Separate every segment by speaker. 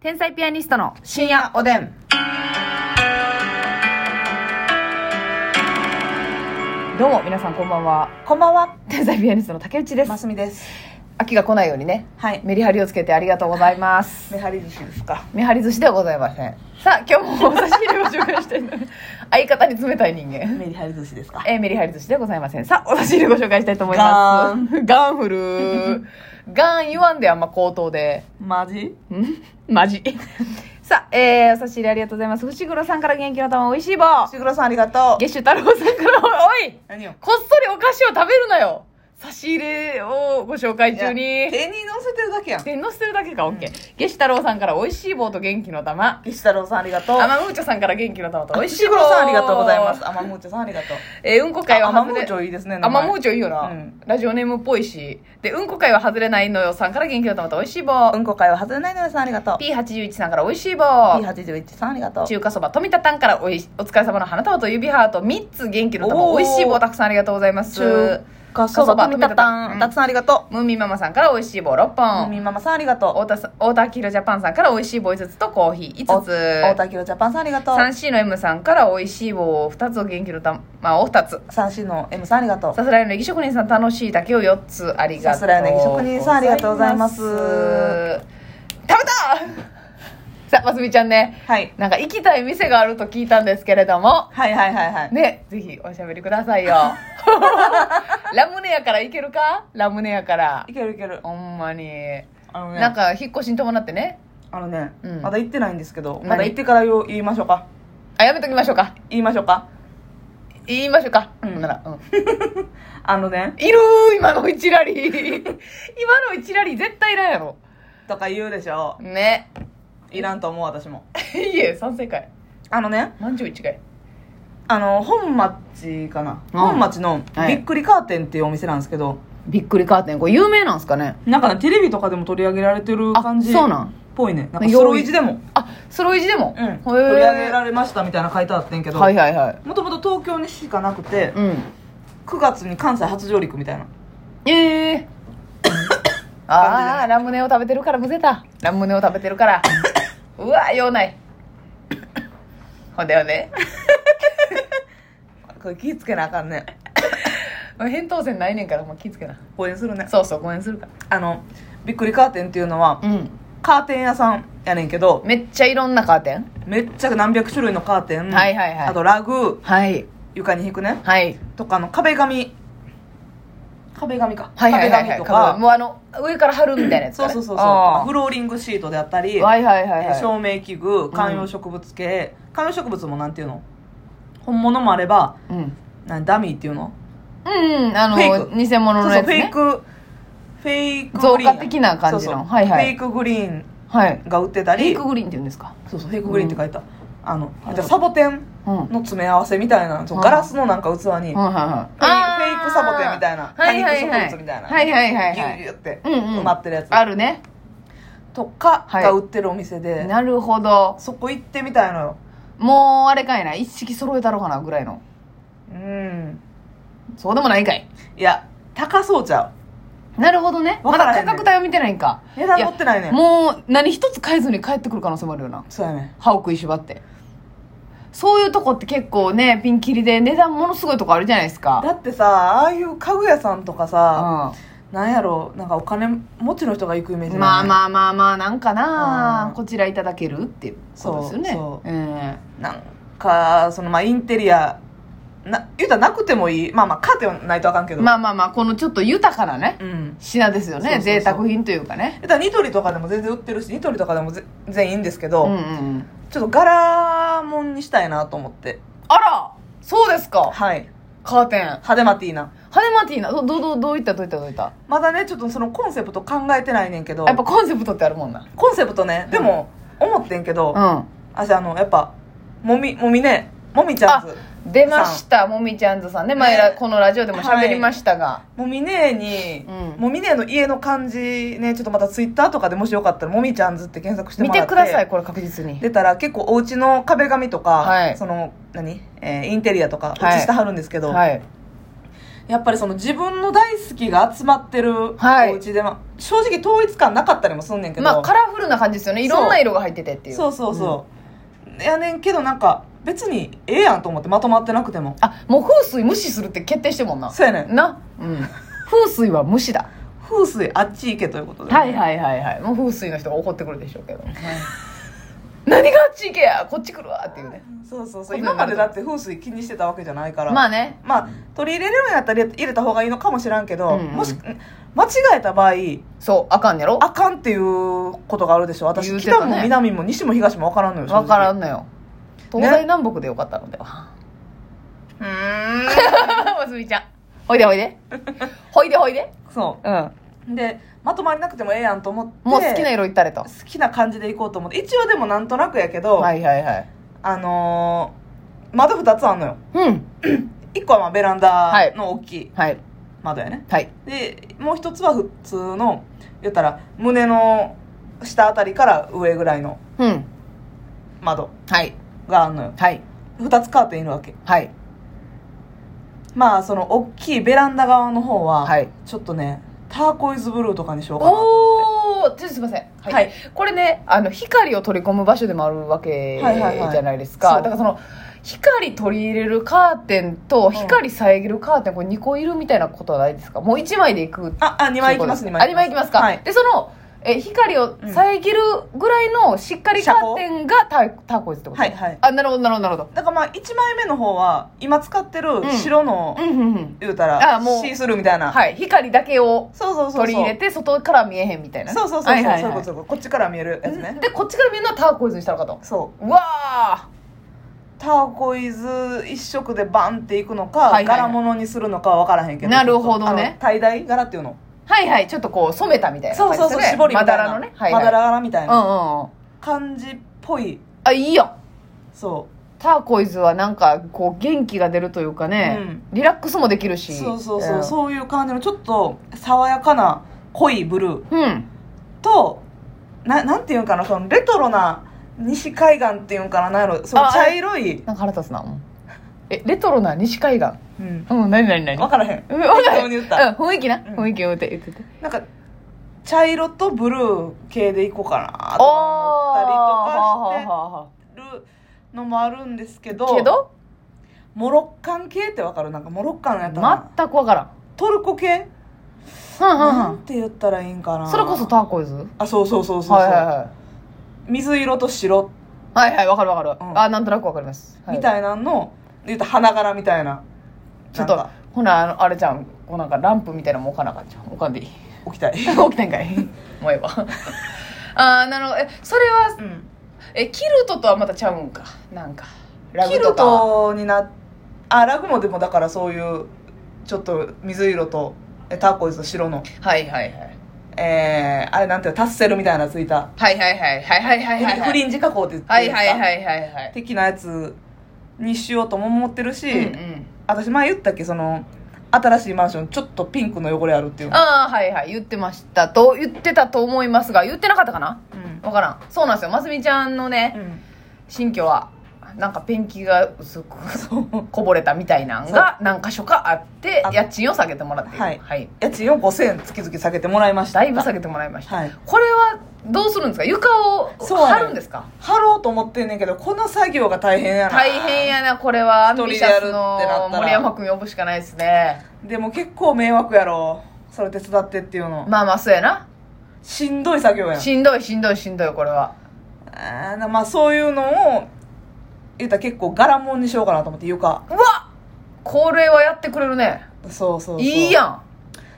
Speaker 1: 天才ピアニストの
Speaker 2: 深夜おでん。
Speaker 1: どうも皆さんこんばんは
Speaker 2: こんばんは。
Speaker 1: 天才ピアニストの竹内です、
Speaker 2: ますみです。
Speaker 1: 秋が来ないようにね
Speaker 2: はい。
Speaker 1: メリハリをつけてありがとうございます
Speaker 2: めはり寿司ですか。
Speaker 1: メハリ寿司ではございませんさあ今日もお差し入れを紹介したいの 相方に冷たい人間
Speaker 2: メリハリ寿司ですか。
Speaker 1: えーメリハリ寿司ではございませんさあお差し入れご紹介したいと思いますガーンフルー ガーン言わんであんま口頭で
Speaker 2: マジ
Speaker 1: んマジ さあ、えー、お差し入れありがとうございます伏黒さんから元気の玉おいしい棒
Speaker 2: 石黒さんありがとう。
Speaker 1: 月主太郎さんからおい
Speaker 2: 何を
Speaker 1: こっそりお菓子を食べるなよ差し入れをご紹介中
Speaker 2: いや
Speaker 1: に
Speaker 2: 手に乗せてるだけやん。
Speaker 1: 天の捨てるだけかオッケー夏至太郎さんから美味しい棒と元気の玉
Speaker 2: 石太郎さんありがとう。
Speaker 1: アマムーチョさんから元気の玉と美味しい
Speaker 2: 石
Speaker 1: 棒
Speaker 2: 黒さんありがとうございます。アマムーチョさんありがとう。
Speaker 1: えーうんこ会は
Speaker 2: アマ
Speaker 1: 外
Speaker 2: ムー
Speaker 1: れ
Speaker 2: チョいいですね。
Speaker 1: アマムー
Speaker 2: チ
Speaker 1: チョいいよな、
Speaker 2: うん
Speaker 1: ラジオネームっぽいしでうんこ会は外れないのよさんから元気の玉と美味しい棒、
Speaker 2: うんこ会は外れないのよさんありがとう。
Speaker 1: P81 さんから美味しい棒
Speaker 2: P81 さんありがとう。
Speaker 1: 中華そば富田タンからおいしお疲れ様の花束と指ハート3つ元気の玉美味しい棒たくさんありがとうございます
Speaker 2: 華
Speaker 1: そ
Speaker 2: そ
Speaker 1: ば
Speaker 2: ば
Speaker 1: 富
Speaker 2: 富
Speaker 1: 田
Speaker 2: 田
Speaker 1: た
Speaker 2: た
Speaker 1: ん
Speaker 2: ん。たくさんありがと
Speaker 1: ムーミンママさんから美味しい棒6
Speaker 2: う。
Speaker 1: 本
Speaker 2: みママさんありがとう。
Speaker 1: 太田さん太田明宏ジャパンさんから美味しい棒5つとコーヒー5
Speaker 2: 大
Speaker 1: つ
Speaker 2: 田明ジャパンさんありがとう。
Speaker 1: 3C の M さんから美味しい棒を2つを元気の玉を2つ
Speaker 2: 三四の M さんありがとう。
Speaker 1: さすらいのネギ職人さん楽しいだけを4つありがとう
Speaker 2: さすらいのネギ職人さんありがとうございます
Speaker 1: 食べたさあますみちゃんね
Speaker 2: はい。
Speaker 1: なんか行きたい店があると聞いたんですけれども
Speaker 2: はいはいはいはい。
Speaker 1: ねぜひおしゃべりください よラムネやから行けるかラムネやから
Speaker 2: いけるいける。
Speaker 1: ほんまに
Speaker 2: あのね。
Speaker 1: なんか引っ越しに伴ってね
Speaker 2: あのね、
Speaker 1: うん
Speaker 2: まだ行ってないんですけど、
Speaker 1: 何
Speaker 2: まだ行ってからよ言いましょうか。
Speaker 1: あやめときましょうか
Speaker 2: 言いましょうか。
Speaker 1: 言いましょうか、
Speaker 2: うん
Speaker 1: ほなら、うん、
Speaker 2: あのね、
Speaker 1: いるー今の一ラリー 今の一ラリー絶対いらんやろ
Speaker 2: とか言うでしょ。
Speaker 1: ね
Speaker 2: いらんと思う、私も。
Speaker 1: いえ賛成会
Speaker 2: あのね、
Speaker 1: 満場一致かい
Speaker 2: あの、本町かな。
Speaker 1: うん
Speaker 2: 本町の
Speaker 1: はい
Speaker 2: びっくりカーテンっていうお店なんですけど、
Speaker 1: びっくりカーテンこれ有名なんすかね
Speaker 2: なんかね、テレビとかでも取り上げられてる
Speaker 1: あ
Speaker 2: 感じっ
Speaker 1: そうなん
Speaker 2: ぽいね。なんか
Speaker 1: 鎧
Speaker 2: スロイジでも、
Speaker 1: あそれおいじでも、
Speaker 2: うん、
Speaker 1: へー
Speaker 2: 取り上げられましたみたいな書いてあってんけど、
Speaker 1: はいはいはい
Speaker 2: もともと東京にしかなくて、
Speaker 1: うん
Speaker 2: 9月に関西初上陸みたいな。
Speaker 1: え えああラムネを食べてるからむせたラムネを食べてるから うわ用ないほんでほんで
Speaker 2: これ気ぃつけなあかんね。
Speaker 1: 返答戦ないねんからもう気ぃつけな
Speaker 2: 応援するね。
Speaker 1: そうそう応援するか
Speaker 2: あの、びっくりカーテンっていうのは、
Speaker 1: らうん
Speaker 2: カーテン屋さんやねんけど、
Speaker 1: めっちゃいろんなカーテン
Speaker 2: めっちゃ何百種類のカーテン、
Speaker 1: はいはいはい
Speaker 2: あとラグ
Speaker 1: はい
Speaker 2: 床に引くね
Speaker 1: はい
Speaker 2: とかあの壁紙壁紙か、
Speaker 1: はいはいはいはい
Speaker 2: 壁紙と
Speaker 1: も
Speaker 2: か
Speaker 1: うあの上から貼るみたいなやつ
Speaker 2: そ
Speaker 1: か
Speaker 2: う
Speaker 1: ね
Speaker 2: そうそうそう
Speaker 1: あ
Speaker 2: フローリングシートであったり、
Speaker 1: ーはいはいはい
Speaker 2: えー
Speaker 1: は
Speaker 2: 照明器具観葉植物系、観葉植物もなんていうの本物もあれば
Speaker 1: いうん
Speaker 2: なんダミーっていうの
Speaker 1: うんうんあ
Speaker 2: フェ
Speaker 1: の
Speaker 2: イク
Speaker 1: 偽物の
Speaker 2: そうそ
Speaker 1: や
Speaker 2: う
Speaker 1: つ
Speaker 2: フェイ
Speaker 1: ね
Speaker 2: クフェイクグリ
Speaker 1: 造
Speaker 2: ーンや
Speaker 1: 花的な感じの
Speaker 2: そうそう
Speaker 1: はいはい
Speaker 2: フェイクグリーン
Speaker 1: はい
Speaker 2: が売ってた
Speaker 1: フェイ
Speaker 2: り
Speaker 1: クグリーンって言うんですか
Speaker 2: そうそうフェイクグリーンって書いた、あの
Speaker 1: あ
Speaker 2: じゃあサボテン
Speaker 1: うんはい
Speaker 2: の詰め合わせみたいなそうガラスのなんか器に、
Speaker 1: はいはい
Speaker 2: フェイ
Speaker 1: あー
Speaker 2: フェイクサボテンみたいな
Speaker 1: はいはいは
Speaker 2: 多肉植物みたいな
Speaker 1: はいはいはい
Speaker 2: ギ
Speaker 1: は
Speaker 2: ュギ
Speaker 1: い
Speaker 2: ュって
Speaker 1: うんうん
Speaker 2: 埋まってるやつ
Speaker 1: あるね
Speaker 2: とか
Speaker 1: はい
Speaker 2: が売ってるお店で、
Speaker 1: なるほど
Speaker 2: そこ行ってみたいのよ
Speaker 1: もうあれかいな一式揃えたろかなぐらいの
Speaker 2: うん
Speaker 1: そうでもないんかい
Speaker 2: いや高そうちゃ
Speaker 1: なるほどねま
Speaker 2: わか
Speaker 1: だ
Speaker 2: らへ
Speaker 1: 価
Speaker 2: んね
Speaker 1: 格帯を見てないんか
Speaker 2: う値段持ってないねん
Speaker 1: もう何一つ変えずに帰ってくる可能性もあるよな
Speaker 2: そうやね
Speaker 1: 歯を食いしばってそういうとこって結構ねピンキリで値段ものすごいとこあるじゃないですか
Speaker 2: だってさああいう家具屋さんとかさ、
Speaker 1: う
Speaker 2: なんやろなんかお金持ちの人が行くイメージ
Speaker 1: ん、まあ
Speaker 2: あ
Speaker 1: まあまあまあなんかな
Speaker 2: うん
Speaker 1: こちらいただけるっていうことですよね
Speaker 2: そうそう
Speaker 1: ええ
Speaker 2: なんかそのまあインテリアな言うたらなくてもいいまあまあカーテンはないとあかんけど
Speaker 1: まあまあまあこのちょっと豊かなね
Speaker 2: うん
Speaker 1: 品ですよね
Speaker 2: そうそうそう
Speaker 1: 贅沢品というかね
Speaker 2: 言うたらニトリとかでも全然売ってるしニトリとかでもぜ全然いいんですけど、
Speaker 1: うんうんうん
Speaker 2: ちょっと柄もんにしたいなと思って
Speaker 1: あらそうですか
Speaker 2: はい
Speaker 1: カーテン
Speaker 2: 派手マティーな
Speaker 1: ハネマティーナどどどどういったどういったどういった
Speaker 2: まだねちょっとそのコンセプト考えてないねんけど
Speaker 1: やっぱコンセプトってあるもんな
Speaker 2: コンセプトねでも思ってんけど、
Speaker 1: う
Speaker 2: 私あのやっぱもみもみねもみちゃんズ
Speaker 1: ん出ましたもみちゃんずさんね前ら
Speaker 2: ね
Speaker 1: このラジオでも喋りましたが、
Speaker 2: もみねに、
Speaker 1: うん
Speaker 2: もみねの家の感じねちょっとまたツイッターとかでもしよかったらもみちゃんズって検索して
Speaker 1: 見
Speaker 2: もらって
Speaker 1: てくださいこれ確実に
Speaker 2: 出たら結構お家の壁紙とか、
Speaker 1: はい
Speaker 2: その何、えーインテリアとか
Speaker 1: はい
Speaker 2: 写してはるんですけど、
Speaker 1: はい
Speaker 2: やっぱりその自分の大好きが集まってる
Speaker 1: はい
Speaker 2: お家で、まあ正直統一感なかったりもすんねんけど、
Speaker 1: まあカラフルな感じですよねいろんな色が入っててっていう
Speaker 2: そうそうそう、やねんけどなんか別にええやんと思ってまとまってなくても
Speaker 1: あもう風水無視するって決定してるもんな
Speaker 2: そうやねん
Speaker 1: な、うん、風水は無視だ
Speaker 2: 風水あっち行けということで、
Speaker 1: はいはいはいはいもう風水の人が怒ってくるでしょうけど、何があっち行けやこっち来るわっていうね
Speaker 2: そうそうそう今までだって風水気にしてたわけじゃないから
Speaker 1: まあね
Speaker 2: まあ取り入れるんやったら入れ入れた方がいいのかもしらんけ
Speaker 1: う
Speaker 2: ど、
Speaker 1: んうん
Speaker 2: もし間違えた場合
Speaker 1: そうあかんやろ
Speaker 2: あかんっていうことがあるでしょ私、
Speaker 1: 言うてたね
Speaker 2: 北も南も西も東も分からんのよ
Speaker 1: 分から
Speaker 2: ん
Speaker 1: んのよ東西南北でよかったのでは、
Speaker 2: うーん
Speaker 1: ますみちゃんほいでほいでほいでほいで
Speaker 2: そ
Speaker 1: うん
Speaker 2: うでまとまりなくてもええやんと思って
Speaker 1: もう好きな色いったれと
Speaker 2: 好きな感じでいこうと思って一応でもなんとなくやけど、
Speaker 1: いはいはい
Speaker 2: あのー窓2つあんのよ
Speaker 1: うん
Speaker 2: 1個はまあベランダの大きい
Speaker 1: はい
Speaker 2: 窓やね、
Speaker 1: はい
Speaker 2: でもう一つは普通の言ったら胸の下あたりから上ぐらいの
Speaker 1: うん
Speaker 2: 窓
Speaker 1: はい
Speaker 2: があんのよ
Speaker 1: はい
Speaker 2: 2つカーテンいるわけ
Speaker 1: はい
Speaker 2: まあその大きいベランダ側の方は、
Speaker 1: はい
Speaker 2: ちょっとねターコイズブルーとかにしようかな
Speaker 1: おおちょっとすいませんはい、
Speaker 2: はい
Speaker 1: これねあの光を取り込む場所でもあるわけじ
Speaker 2: はいはいはい
Speaker 1: ゃないですか、
Speaker 2: そ
Speaker 1: だ
Speaker 2: う
Speaker 1: からその光取り入れるカーテンと光遮るカーテンこれ2個いるみたいなことはないですかもう1枚でいく
Speaker 2: ああ2枚いきます2枚
Speaker 1: あ2枚いきますか、
Speaker 2: はい
Speaker 1: でそのえ光を遮るぐらいのしっかりカーテンがターターコイズってこと
Speaker 2: はいはい
Speaker 1: あなるほどなるほどなるほ
Speaker 2: だからまあ1枚目の方は今使ってる白の、
Speaker 1: どうんうんうん
Speaker 2: 言うた
Speaker 1: あ
Speaker 2: ら
Speaker 1: もう
Speaker 2: シースルーみたいな、
Speaker 1: はい光だけを
Speaker 2: そうそうそうそう
Speaker 1: 取り入れて外から見えへんみたいなね
Speaker 2: そうそうそうそう、
Speaker 1: はいはい
Speaker 2: そうい
Speaker 1: は
Speaker 2: う
Speaker 1: い
Speaker 2: ことそういうことこっちから見えるやつね、
Speaker 1: でこっちから見えるのはターコイズにしたのかと
Speaker 2: そう
Speaker 1: わ
Speaker 2: うターコイズ一色でバンっていくのか、
Speaker 1: はいはいはい
Speaker 2: 柄物にするのかは分からへんけど
Speaker 1: なるほどね
Speaker 2: ちょっとあのtie dye 柄っていうの
Speaker 1: ーはいはいちょっとこう染めたみたいな
Speaker 2: そうそうそ
Speaker 1: 感
Speaker 2: う、
Speaker 1: じですね
Speaker 2: 絞りみたいな
Speaker 1: まだらのねはい、
Speaker 2: まだら
Speaker 1: はい
Speaker 2: 柄みたい
Speaker 1: うん
Speaker 2: な
Speaker 1: うんうん
Speaker 2: 感じっぽい
Speaker 1: あいいよ
Speaker 2: そ
Speaker 1: ターコイズはなんかこう元気が出るというかね、
Speaker 2: うん
Speaker 1: リラックスもできる
Speaker 2: う
Speaker 1: し
Speaker 2: そうそうそう、
Speaker 1: ん
Speaker 2: そういう感じのちょっと爽やかな濃いブルー
Speaker 1: うん
Speaker 2: とななんていうんかなそのレトロな西海岸っていうんかななんやろその
Speaker 1: あ
Speaker 2: 茶色い、
Speaker 1: なんか腹立つなうんえレトロな西海岸
Speaker 2: うん、
Speaker 1: うん何何何
Speaker 2: 分からへん
Speaker 1: うんわかる
Speaker 2: 適当に言った
Speaker 1: うん、雰囲気な、
Speaker 2: うん
Speaker 1: 雰囲気を言って言ってて
Speaker 2: なんか茶色とブルー系でいこうかなとか思ったりとかしてるのもあるんですけど
Speaker 1: けど
Speaker 2: モロッカン系ってわかるなんかモロッカンやったら、
Speaker 1: 全くわからん
Speaker 2: トルコ系
Speaker 1: うんうん
Speaker 2: な
Speaker 1: うんん
Speaker 2: て言ったらいいんかな
Speaker 1: それこそターコイズ
Speaker 2: あそうそうそうそうそ
Speaker 1: は
Speaker 2: う、
Speaker 1: いはいはい
Speaker 2: 水色と白
Speaker 1: はいはいわかるわかる、
Speaker 2: うん
Speaker 1: あなんとなくわかります、はい
Speaker 2: みたいなの、言ったら花柄みたいな
Speaker 1: ちょっと
Speaker 2: なんか
Speaker 1: ほなあのあれじゃんこうなんかランプみたいなのも置かなあかんじゃん置かん でいい
Speaker 2: 置きたい、
Speaker 1: 起きてんかいもうええわ ああなるほどえそれは
Speaker 2: うん、
Speaker 1: えキルトとはまたちゃうんかなんかラグ
Speaker 2: キル
Speaker 1: とか
Speaker 2: トになあラグもでもだからそういうちょっと水色とえターコイズと白の
Speaker 1: はいはいはい
Speaker 2: えー、あれなんていうのタッセルみたいなのついた、
Speaker 1: はいはいはいはいはいはいはい
Speaker 2: フリンジ加工って言って
Speaker 1: はいはい
Speaker 2: い
Speaker 1: はいはいはい
Speaker 2: 的なやつにしようとも思ってるし、
Speaker 1: うんうん
Speaker 2: 私前言ったっけその新しいマンションちょっとピンクの汚れあるっていうの
Speaker 1: ああはいはい言ってましたと言ってたと思いますが言ってなかったかな
Speaker 2: うん
Speaker 1: わからんそうなんですよますみちゃんのね
Speaker 2: うん
Speaker 1: 新居はなんかペンキが薄くこぼれたみたいなんが何箇所かあって
Speaker 2: あ
Speaker 1: 家賃を下げてもらっている
Speaker 2: はい家賃を5000円月々下げてもらいました
Speaker 1: だいぶ下げてもらいました、
Speaker 2: はい
Speaker 1: これはどうするんですか床を
Speaker 2: そうやね
Speaker 1: 張るんですか
Speaker 2: 貼ろうと思ってんねんけどこの作業が大変やな
Speaker 1: 大変やなこれはアンビシャス
Speaker 2: 一人でやるってな
Speaker 1: の
Speaker 2: ったら
Speaker 1: 森山君呼ぶしかないですね
Speaker 2: でも結構迷惑やろそれ手伝ってっていうの、
Speaker 1: まあまあそうやな
Speaker 2: しんどい作業やん
Speaker 1: しんどいしんどいしんどいこれは
Speaker 2: あーまあそういうのを言ったら結構柄もんにしようかなと思って床
Speaker 1: うわこれはやってくれるね
Speaker 2: そうそうそう
Speaker 1: いいや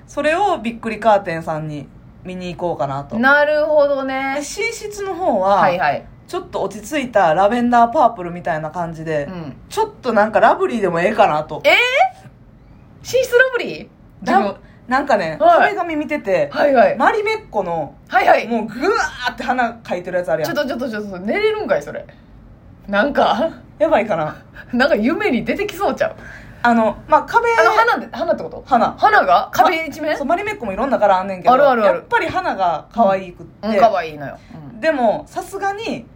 Speaker 2: それをびっくりカーテンさんに見に行こうかなと
Speaker 1: んなるほど
Speaker 2: で
Speaker 1: ね
Speaker 2: 寝室の方
Speaker 1: はい
Speaker 2: は
Speaker 1: はい
Speaker 2: ちょっと落ち着いたラベンダーパープルみたいな感じで、
Speaker 1: うん
Speaker 2: ちょっとなんかラブリーでもええかなと
Speaker 1: えー、寝室ラブリー自分
Speaker 2: ラなんかね、
Speaker 1: はい
Speaker 2: 壁紙見てて、
Speaker 1: はいはい
Speaker 2: マリメッコの
Speaker 1: はいはい
Speaker 2: もうグワーって花描いてるやつあるや
Speaker 1: ちょ
Speaker 2: ん
Speaker 1: っとちょっとちょっと寝れるんかいそれなんか
Speaker 2: やばいかな
Speaker 1: なんか夢に出てきそうちゃう
Speaker 2: あのまあ壁
Speaker 1: あの花で花ってこと
Speaker 2: 花
Speaker 1: 花が壁一面
Speaker 2: そうマリメッコもいろんな柄あんねんけど
Speaker 1: あるあるある
Speaker 2: やっぱり花が可愛くって、
Speaker 1: うんかわいいのよ、うん
Speaker 2: でもさすがに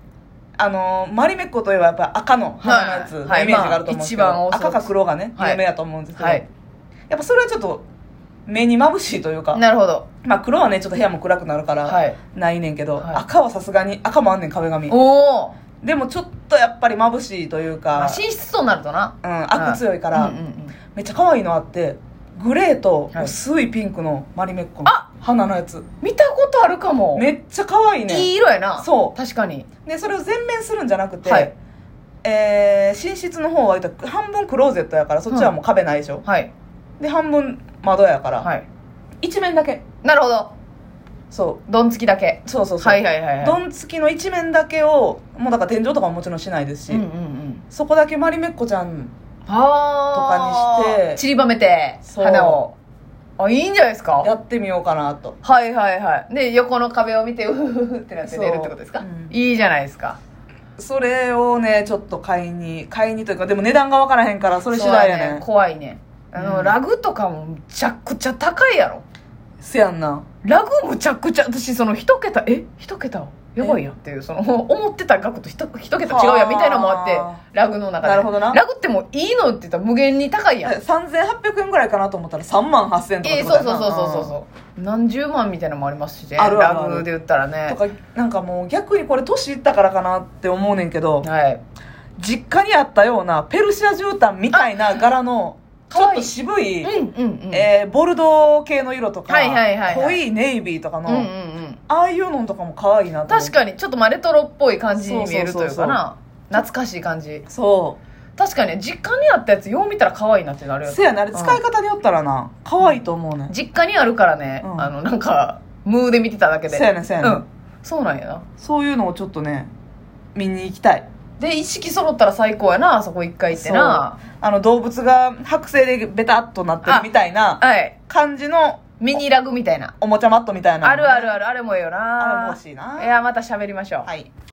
Speaker 2: あのーマリメッコといえばやっぱり赤の花のやつの
Speaker 1: はい
Speaker 2: イメージがあると思うんですけど、
Speaker 1: はいまあ一番オーソドックス
Speaker 2: 赤か黒がね
Speaker 1: はい
Speaker 2: 有名やと思うんですけど、
Speaker 1: はい
Speaker 2: やっぱそれはちょっと目に眩しいというか、
Speaker 1: なるほど
Speaker 2: まあ黒はねちょっと部屋も暗くなるから、
Speaker 1: はい
Speaker 2: ないねんけど、
Speaker 1: はい
Speaker 2: 赤はさすがに赤もあんねん壁紙
Speaker 1: おお、
Speaker 2: でもちょっとやっぱり眩しいという
Speaker 1: まあ、
Speaker 2: か、
Speaker 1: 寝室となるとな
Speaker 2: うん、悪強いか、
Speaker 1: からうんうんうん、
Speaker 2: めっちゃ可愛いのあってグレーと
Speaker 1: はい
Speaker 2: 薄いピンクのマリメッコの
Speaker 1: あ
Speaker 2: 花のやつ
Speaker 1: 見たことあるかも、
Speaker 2: めっちゃ可愛いね
Speaker 1: いい色やな
Speaker 2: そう
Speaker 1: 確かに
Speaker 2: でそれを全面するんじゃなくて、
Speaker 1: はい
Speaker 2: えー寝室の方は言ったら半分クローゼットやからそっちはもう壁ないでしょ、
Speaker 1: はい
Speaker 2: で半分窓やから、
Speaker 1: はい
Speaker 2: 一面だけ
Speaker 1: なるほど
Speaker 2: そ
Speaker 1: ドンつきだけ
Speaker 2: うそうそうそう、
Speaker 1: はいはいはいはい
Speaker 2: ドン付きの一面だけをもうだから天井とかももちろんしないですし、
Speaker 1: うんうんうん
Speaker 2: そこだけマリメッコちゃん
Speaker 1: はあ
Speaker 2: とかにして
Speaker 1: 散りばめて
Speaker 2: そう
Speaker 1: 花をあいいんじゃないですか
Speaker 2: やってみようかなと
Speaker 1: はいはいはいで横の壁を見てう ふふふってなって寝るってことですか、
Speaker 2: そううん
Speaker 1: いいじゃないですか
Speaker 2: それをねちょっと買いに買いにというかでも値段が分からへんからそれ次第や
Speaker 1: そう
Speaker 2: ね
Speaker 1: だ怖いねあの、
Speaker 2: うん
Speaker 1: ラグとかもむちゃくちゃ高いやろ
Speaker 2: せやんな
Speaker 1: ラグむちゃくちゃ私その一桁え一桁やばいやんっていうその思ってた額と一一桁違うやんみたいなのもあって
Speaker 2: はあ
Speaker 1: ラグの中で
Speaker 2: なるほどな
Speaker 1: ラグってもういいのって言ったら無限に高いやん
Speaker 2: 3800円ぐらいかなと思ったら3万8000円とかっ
Speaker 1: え
Speaker 2: て
Speaker 1: ー
Speaker 2: こ
Speaker 1: そう
Speaker 2: とや
Speaker 1: そう
Speaker 2: な
Speaker 1: そうそうそうそう何十万みたいなのもありますしね
Speaker 2: あるあるある
Speaker 1: ラグで言ったら
Speaker 2: うん
Speaker 1: ね
Speaker 2: とかなんかもう逆にこれ年いったからかなって思うねんけど
Speaker 1: はい
Speaker 2: 実家にあったようなペルシア絨毯みたいな柄の
Speaker 1: あ
Speaker 2: ち
Speaker 1: 可
Speaker 2: ょっ
Speaker 1: 愛
Speaker 2: と
Speaker 1: い
Speaker 2: 渋い
Speaker 1: うんうんうん
Speaker 2: えーボルドー系の色とか、
Speaker 1: はいはいはいはい
Speaker 2: 濃いネイビーとかの、
Speaker 1: うんうんうん
Speaker 2: ああいうのとかも可愛いなと思って
Speaker 1: 確かにちょっとまあレトロっぽい感じに見えるという
Speaker 2: そうそうそ
Speaker 1: か
Speaker 2: うそ
Speaker 1: な懐かしい感じ
Speaker 2: そ
Speaker 1: 確かにね実家にあったやつよう見たら可愛いなってな
Speaker 2: う
Speaker 1: るよね
Speaker 2: せやねあれ使い方によったらな、可愛いと思うねん
Speaker 1: 実家にあるからね、
Speaker 2: うん
Speaker 1: あのなんかムーで見てただけで
Speaker 2: せやねんせやねん、
Speaker 1: うんそうなんやな
Speaker 2: そういうのをちょっとね見に行きたい
Speaker 1: で一式揃ったら最高やなあそこ一回行ってな
Speaker 2: あの動物が剥製でベタっとなってるみたいな
Speaker 1: はい
Speaker 2: 感じの
Speaker 1: ミニラグみたいな
Speaker 2: おもちゃマットみたいなの
Speaker 1: あるある
Speaker 2: ある
Speaker 1: あるあれもええよ
Speaker 2: あれ
Speaker 1: な
Speaker 2: も欲しいない
Speaker 1: やまた喋りましょう
Speaker 2: はい